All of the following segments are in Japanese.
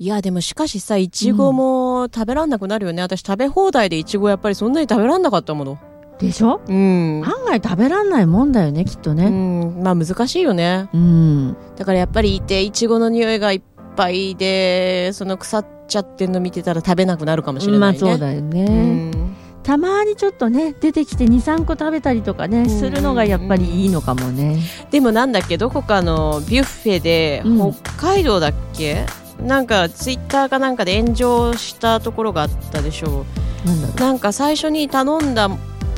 いや、でもしかしさ、いちごも食べらんなくなるよね。私食べ放題でいちごやっぱりそんなに食べらんなかったもの。でしょうん。案外食べらんないもんだよねきっとうねん、まあ難しいよね。うん、だからやっぱりいて、いちごの匂いがいっぱいで、その腐っちゃってんの見てたら食べなくなるかもしれないね。まあそうだよね、うん。たまにちょっとね出てきて23個食べたりとかねするのがやっぱりいいのかもねでもなんだっけどこかのビュッフェで、うん北海道だっけなんかツイッターかなんかで炎上したところがあったでしょなんだろうなんか最初に頼んだ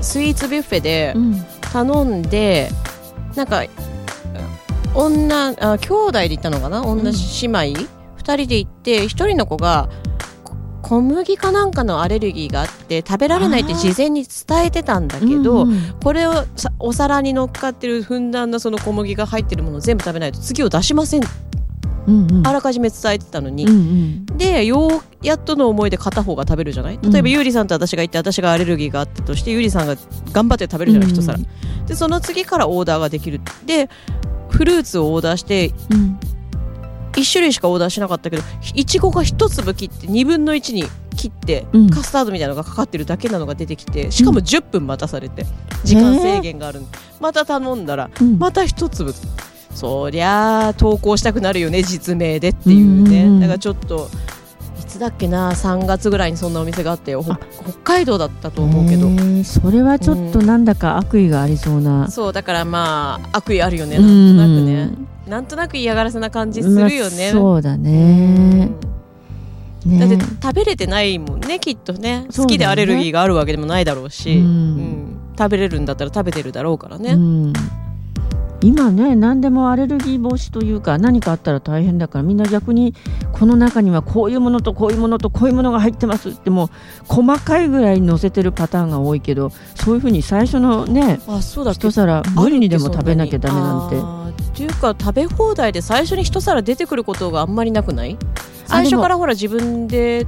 スイーツビュッフェでう、うん、頼んでなんか女あ兄弟で行ったのかな女姉妹、2人で行って1人の子がこ小麦かなんかのアレルギーがあって食べられないって事前に伝えてたんだけど、うんうんこれをさお皿に乗っかってるふんだんなその小麦が入ってるものを全部食べないと次を出しませんうんうんあらかじめ伝えてたのに、うんうんでようやっとの思いで片方が食べるじゃない例えば、うんゆうりさんと私がいて私がアレルギーがあったとしてゆうりさんが頑張って食べるじゃない一皿、うんでその次からオーダーができるでフルーツをオーダーしてうん1種類しかオーダーしなかったけどいちごが1粒切って2分の1に切って、うんカスタードみたいなのがかかってるだけなのが出てきてしかも10分待たされて、時間制限があるの、また頼んだらうんまた1粒そりゃあ投稿したくなるよね実名でっていうね、うんうんうんだからちょっといつだっけな3月ぐらいにそんなお店があってよほあ北海道だったと思うけどへ。ーそれはちょっとなんだか悪意がありそうな、そうだからまあ悪意あるよねうなんんとなくねなんとなく嫌がらせな感じするよね、まあそうだうんね,、ねだって食べれてないもんねきっとねそ好うだよねきでアレルギーがあるわけでもないだろうし、うんうん食べれるんだったら食べてるだろうからね、うん、今ね何でもアレルギー防止というか何かあったら大変だからみんな逆にこの中にはこういうものとこういうものとこういうものが入ってますってもう細かいぐらいに載せてるパターンが多いけどそういうふうに最初のねあそうだっけ一皿無理にでも食べなきゃダメなんてて。っていうか食べ放題で最初に一皿出てくることがあんまりなくない最で初もからほら自分で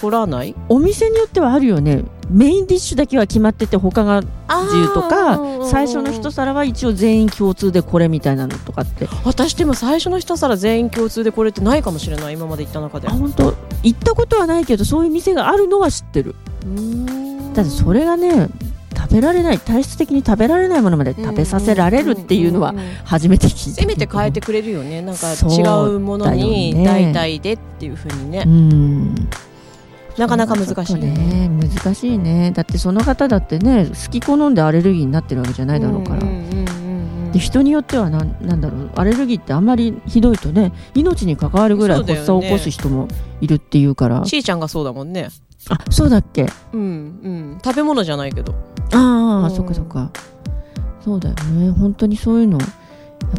取らないお店によってはあるよねメインディッシュだけは決まってて他が自由とか最初の一皿は一応全員共通でこれみたいなのとかって私でも最初の一皿全員共通でこれってないかもしれない今まで行った中であ本当行ったことはないけどそういう店があるのは知ってるだってそれがね食べられない体質的に食べられないものまで食べさせられるっていうのは初めて聞いたせめて変えてくれるよねなんか違うものにそうだよね代替でっていうふうにねうんなかなか難しいそうだね難しいねだってその方だってね好き好んでアレルギーになってるわけじゃないだろうから、んんうんうんで人によってはなんなんだろうアレルギーってあんまりひどいとね命に関わるぐらいそうだよ発ね作を起こす人もいるっていうからしーちゃんがそうだもんねあそうだっけうんうん食べ物じゃないけどあうあ、んそっかそっかそうだよね本当にそういうのや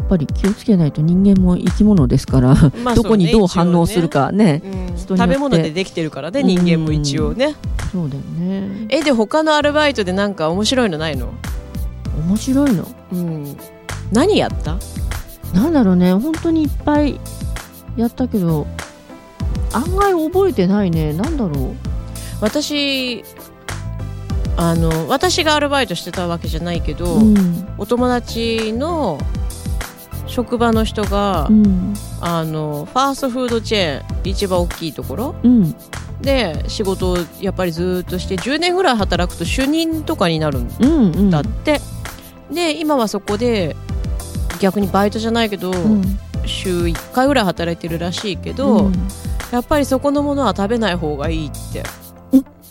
っぱり気をつけないと人間も生き物ですから、まあどこにどう反応する、かねそうね一応ねうん人によっ食てべ物でできてるからね人間も一応ねそうだよねえで他のアルバイトでなんか面白いのないの面白いのうん何やったなんだろうね本当にいっぱいやったけど案外覚えてないねなんだろ私あの私がアルバイトしてたわけじゃないけど、ううんお友達の職場の人が、うんあのファーストフードチェーン一番大きいところうんで仕事をやっぱりずーっとして10年ぐらい働くと主任とかになるんうんうんだって、で今はそこで逆にバイトじゃないけど、うん週1回ぐらい働いてるらしいけど、うんやっぱりそこのものは食べない方がいいってえ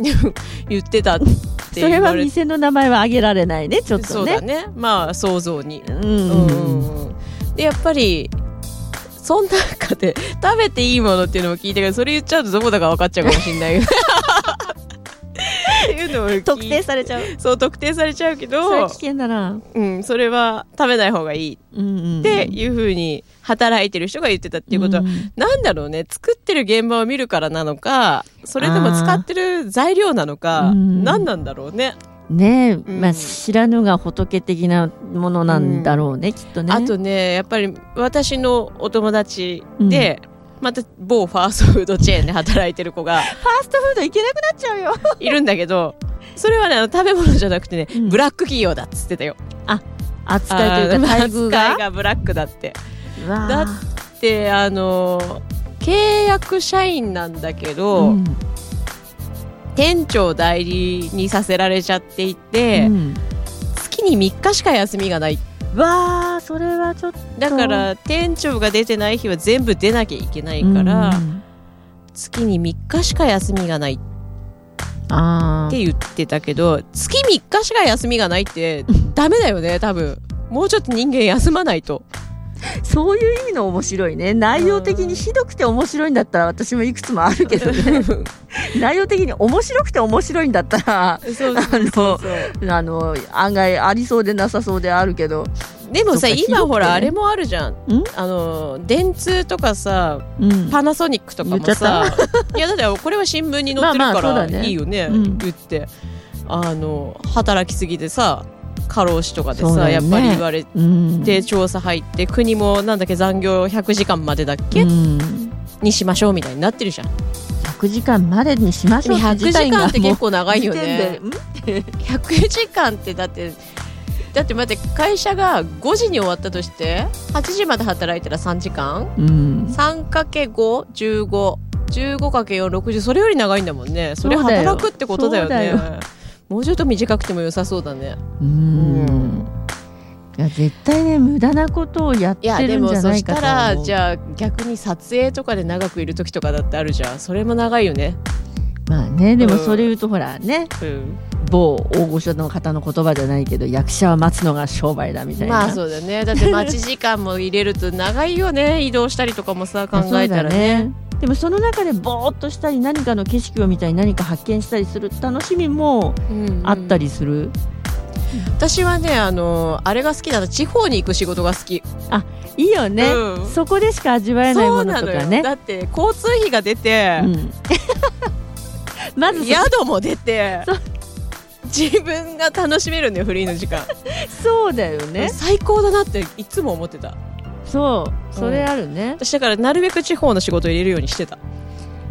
言ってたってそ言れはわれて店の名前は挙げられないねちょっそとうだねねまあ想像に。うんうんうんうんでやっぱりそんな中で食べていいものっていうのも聞いたけどそれ言っちゃうとどこだか分かっちゃうかもし れないけどっていうのを聞い特定されちゃうそう特定されちゃうけそれど危険だなうん、それは食べない方がいいっっていうふうに働いてる人が言ってたっていうことは、なんだろうね作ってる現場を見るからなのかそれでも使ってる材料なのかあーうん何なんだろうね。ねえ、んまあ知らぬが仏的なものなんだろうね、きっとねあとねやっぱり私のお友達で、また某ファーストフードチェーンで働いてる子がファーストフード行けなくなっちゃうよいるんだけ どそれはねあの食べ物じゃなくてね、うんブラック企業だっつってたよ 扱いというかあー待遇扱がいがブラックだってうわだあってあの契約社員なんだけど、うん店長代理にさせられちゃっていて、うん月に3日しか休みがないわあそれはちょっとだから店長が出てない日は全部出なきゃいけないから、うん月に3日しか休みがないっあて言ってたけど月3日しか休みがないってダメだよね多分もうちょっと人間休まない とあそういう意味の面白いね内容的にひどくて面白いんだったら私もいくつもあるけど ね内容的に面白くて面白いんだったらそうあのそうあの案外ありそうでなさそうであるけど、 でもさ、そっか今ほひどくてねらあれもあるじゃんあの電通とかさうんパナソニックとかもさ いやだってこれは新聞に載ってまあまあるかそうだらねいいよね,、うん言ってあの働きすぎてさ過労死とかでそうさ、だよやねっぱり言われうんて調査入って国もなんだっけ残業100時間までだっけ、うんにしましょうみたいになってるじゃん100時間までにしましょう100自時体が間ってもう結構長いよ時点でねうん100時間ってだってだって待って会社が5時に終わったとして8時まで働いたら3時間うん、 3×51515×460 それより長いんだもんねそれそうだよ働くってことだよねそうもうちょっと短くても良さそうだねうんいや絶対ね無駄なことをやっいてやでるんもじゃそなしいかたとはら思うじゃあ逆に撮影とかで長くいる時とかだってあるじゃんそれも長いよねまあねでもうんそれ言うとほらね、うん某大御所の方の言葉じゃないけど役者は待つのが商売だみたいな、まあそうだねだって待ち時間も入れると長いよ ね移動したりとかもさ考えたらそうだねでもその中でぼーっとしたり何かの景色を見たり何か発見したりする楽しみもあったりりする、私はねあのあれが好きなの地方に行く仕事が好きいいよね、うんそこでしか味わえないそもうのなとのかよねだって交通費が出て、うん、まずそ宿も出てそ自分が楽しめるんだよフリーの時間そうだよね最高だなっていつも思ってたそうそれあるね、私だからなるべく地方の仕事を入れるようにしてた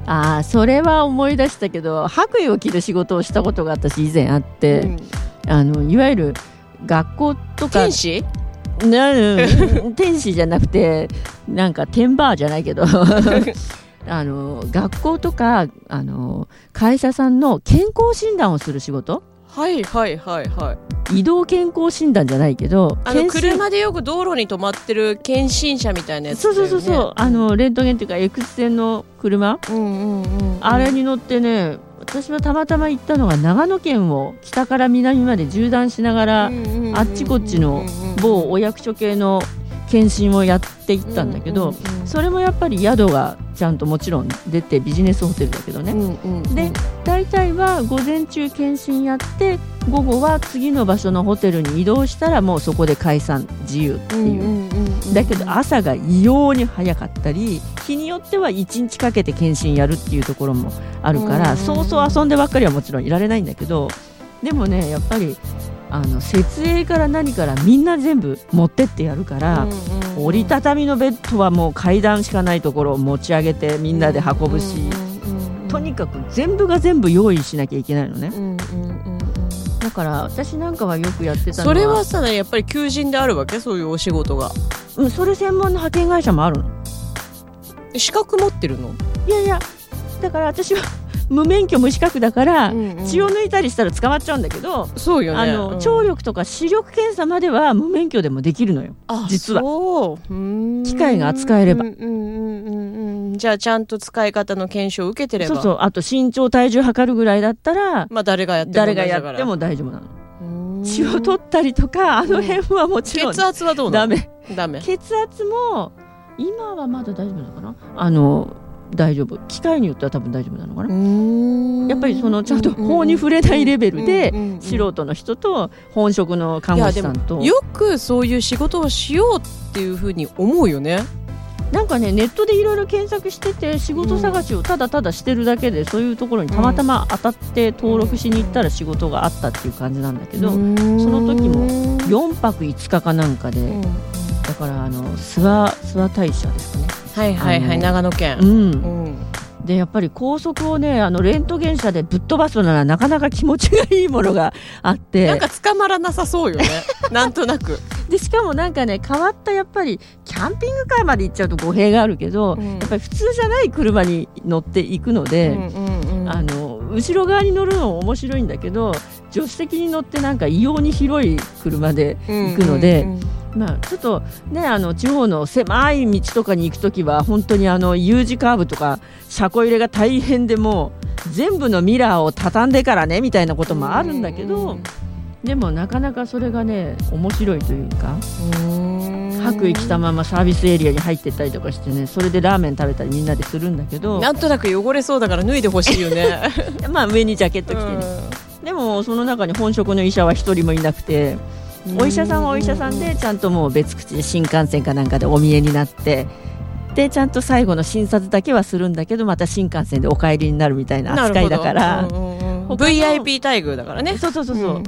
ああそれは思い出したけど白衣を着る仕事をしたことが私以前あって、うんあのいわゆる学校とか天使なうん天使じゃなくてなんかテンバーじゃないけ どあの学校とかあの会社さんの健康診断をする仕事はいはいはいはい移動健康診断じゃないけどあの検診車でよく道路に止まってる検診車みたいなやつだそようね、そうそうそう、あのレントゲンっていうか X 線の車、うんうんうんうんあれに乗ってね私はたまたま行ったのが長野県を北から南まで縦断しながら、うんうんうんあっちこっちの某お役所系の検診をやっていったんだけど、うんうんうんそれもやっぱり宿がちゃんともちろん出てビジネスホテルだけどね、うんうんうんで大体は午前中検診やって午後は次の場所のホテルに移動したらもうそこで解散自由っていうう。んうんうんうんだけど朝が異様に早かったり日によっては1日かけて検診やるっていうところもあるから、うんそうそう遊んでばっかりはもちろんいられないんだけどでもねやっぱりあの設営から何からみんな全部持ってってやるから、うんうんうん折りたたみのベッドはもう階段しかないところを持ち上げてみんなで運ぶし、うんうんうんうんとにかく全部が全部用意しなきゃいけないのねうんうんうんうんだから私なんかはよくやってたのそはれはさやっぱり求人であるわけそういうお仕事がうん、それ専門の派遣会社もあるの。資格持ってるの、いやいやだから私は 無免許無資格だから、血を抜いたりしたら捕まっちゃうんだけど、そうよねあのうん聴力とか視力検査までは無免許でもできるのよ。あ実はそううーん機械が扱えればうんうんうんうんうんじゃあちゃんと使い方の検証を受けてればそうそうあと身長体重測るぐらいだったらまあ誰がやっても誰がやっても大丈夫なの。血を取ったりとかあの辺はもちろん血圧はどうなダのメ。ダメ血圧も今はまだ大丈夫なのかなあの大丈夫機械によっては多分大丈夫なのかな。ややっぱりそのちゃんと法に触れないレベルで素人人の人と本職の看い護やで師さんともよくそういう仕事をしようっていうふうに思うよねなんかねネットでいろいろ検索してて仕事探しをただただしてるだけで、そういうところにたまたま当たって登録しに行ったら仕事があったっていう感じなんだけど、そその時も4泊5日かなんかで、うんだからあの諏訪諏訪大社ですかね、はいはいはあいの長野県うんうんでやっぱり高速をねあのレントゲン車でぶっ飛ばすのはなかなか気持ちがいいものがあってなんか捕まらなさそうよねなんとなくでしかもなんかね変わったやっぱりキャンピングカーまで行っちゃうと語弊があるけど、うんやっぱり普通じゃない車に乗っていくので、うんうんあの後ろ側に乗るのも面白いんだけど助手席に乗ってなんか異様に広い車で、うん行くのでうんうんまあ、ちょっとねあの地方の狭い道とかに行く時は本当にあの U 字カーブとか車庫入れが大変でもう全部のミラーを畳んでからねみたいなこともあるんだけど、うんでもなかなかそれがね面白いというかうん白衣着たままサービスエリアに入ってったりとかしてねそれでラーメン食べたりみんなでするんだけどなんとなく汚れそうだから脱いでほしいよ ね。まあ上にジャケット着てね。でもその中に本職の医者は一人もいなくてお医者さんはお医者さんでちゃんともう別口で新幹線かなんかでお見えになってでちゃんと最後の診察だけはするんだけどまた新幹線でお帰りになるみたいな扱いだかなら、るほどうんうんうん他の VIP 待遇だからね。そうそうそうそう、うん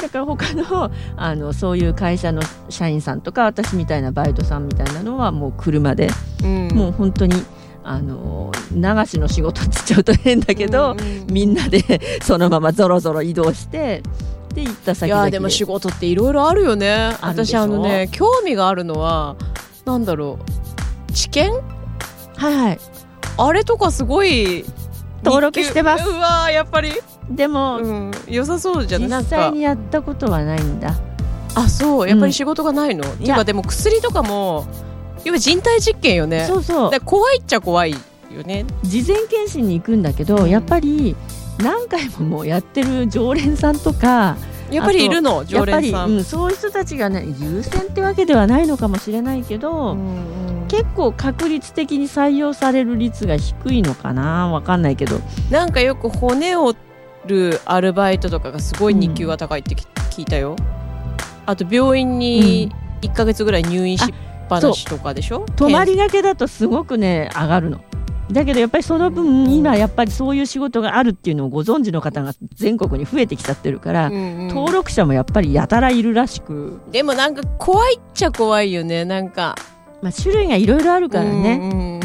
だから他の あのそういう会社の社員さんとか私みたいなバイトさんみたいなのはもう車で、うんもう本当にあの流しの仕事って言っちゃうと変だけど、うんうんみんなで そのままぞろぞろ移動してで行ったい先々やでも仕事っていろいろあるよね。あるでし私ょあのね興味があるのはなんだろう知見はいはいあれとかすごい登録してます日給うわーやっぱり、でも、うん、良さそうじゃないな実ん際かにやったことはないんだあそうやっぱり仕事がないの、っていういやかでも薬とかも要は人体実験よねそうそうだから怖いっちゃ怖いよね事前検診に行くんだけど、うんやっぱり何回ももうやってる常連さんとかやっぱりいるの常連やさっぱんり、うん、そういう人たちがね優先ってわけではないのかもしれないけうんうど、ん結構確率的に採用される率が低いのかなわかんないけどなんかよく骨折るアルバイトとかがすごい日給が高いってき聞いたよあと病院に1か月ぐらい入院しっぱなしとかでしょ泊まりがけだとすごくね上がるの。だけどやっぱりその分今やっぱりそういう仕事があるっていうのをご存知の方が全国に増えてきちゃってるから、登登録者もやっぱりやたらいるらしく、でもなんか怖いっちゃ怖いよねなんかまあ、種類がいろいろあるからね、うんうんうんうん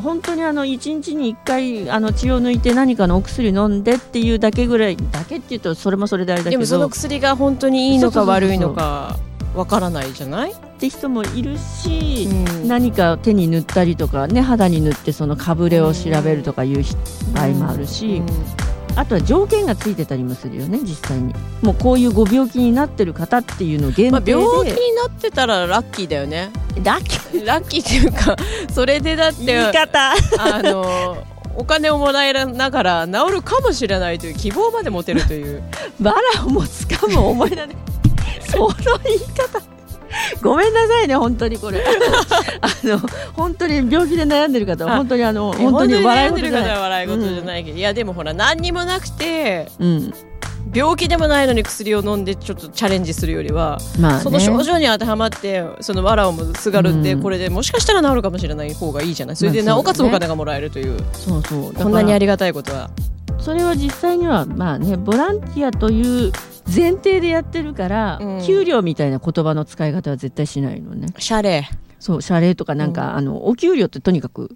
本当にあの1日に1回あの血を抜いて何かのお薬飲んでっていうだけぐらいだけっていうとそれもそれであれだけでどもその薬が本当にいいのそかうそうそうそう悪いのかわからないじゃない、って人もいるし、うん何か手に塗ったりとかね肌に塗ってそのかぶれを調べるとかいう場合もあるし、うんあとは条件がついてたりもするよね実際にもうこういうご病気になってる方っていうのを限ま定あ、で、病気になってたらラッキーだよねだけラッキーっていうかそれでだって言い方 あのお金をもらえながら治るかもしれないという希望まで持てるというバラをもつかむ思い だねその言い方ごめんなさいね本当に これあの本当に病気で悩んでる方はあ本当にあの 本当に笑い本当に悩んで事じる方ゃないは笑い事じゃないけど、いやでもほら何にもなくてうん病気でもないのに薬を飲んでちょっとチャレンジするよりは、まあねその症状に当てはまってその藁をもすがるって、うんこれでもしかしたら治るかもしれない方がいいじゃないそれでまあなおかつそうおだね金がもらえるという、そうそうだこんかなにあらりがたいことはそれは実際にはまあねボランティアという前提でやってるから、うん給料みたいな言葉の使い方は絶対しないのね謝礼、そう謝礼とかなんか、あのお給料ってとにかく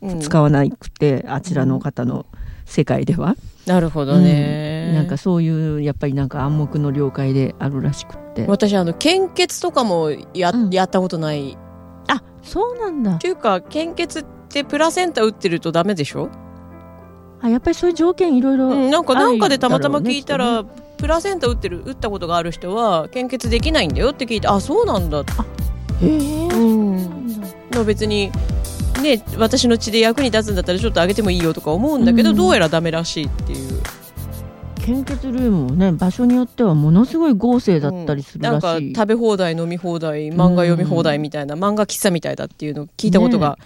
うん使わなくて、あちらの方の世界では、なるほどね、うんなんかそういうやっぱりなんか暗黙の了解であるらしくって私あの献血とかもや,、うんやったことないあそうなんだっていうか献血ってプラセンタ打ってるとダメでしょ、あやっぱりそういう条件いろいろ、うん、なんかあるなんんかでたまたま聞いただろら、プラセンタ打ってる打ったことがある人は献血できないんだよって聞いてあそうなんだって、へえうん、別にね私の血で役に立つんだったらちょっとあげてもいいよとか思うんだけど、うんどうやらダメらしいっていう献血ルームもね場所によってはものすごい豪勢だったりするならんしかい、食べ放題飲み放題漫画読み放題みたいな、漫画喫茶みたいだっていうのを聞いたことが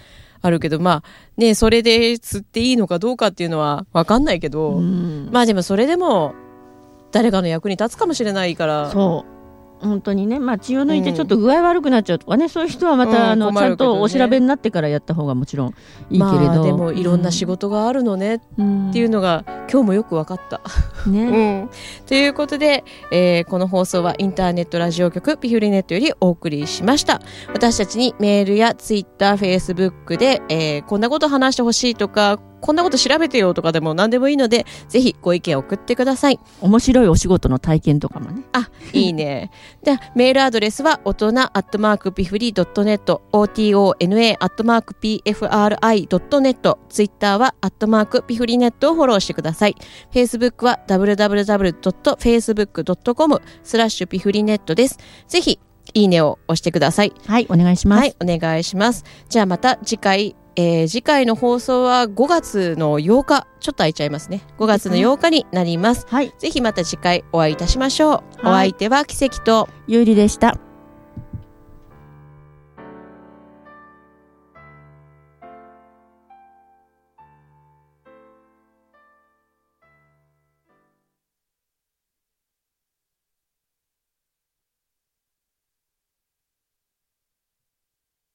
あるけど、まあねそれで釣っていいのかどうかっていうのは分かんないけど、うんまあでもそれでも誰かの役に立つかもしれないからそう本当にね、まあ、血を抜いてちょっと具合悪くなっちゃうとかね、そういう人はまた、うんあのち困ゃるんけどねとお調べになってからやった方がもちろんいいけれど、まあでもいろんな仕事があるのねっうんていうのが今日もよく分かった。ね、うん、 ということで、えーこの放送はインターネットラジオ局ピフリネットよりお送りしました私たちにメールやツイッターフェイスブックで、えーこんなこと話してほしいとかこんなこと調べてよとかでも何でもいいので、ぜひご意見を送ってください。面白いお仕事の体験とかもねあ、いいね。じゃあメールアドレスは、大人アットマークピフリドットネット、otona アットマーク pfri ドットネット、ツイッターは、アットマークピフリネットをフォローしてください。Facebook は、www.facebook.com スラッシュピフリネットです。ぜひ、いいねを押してください。はいお願いします、はい、お願いします。じゃあまた次回、えー次回の放送は5月の8日、ちょっと空いちゃいますね。5月の8日になります。はい、ぜひまた次回お会いいたしましょう。はいお相手は奇跡とゆうりでした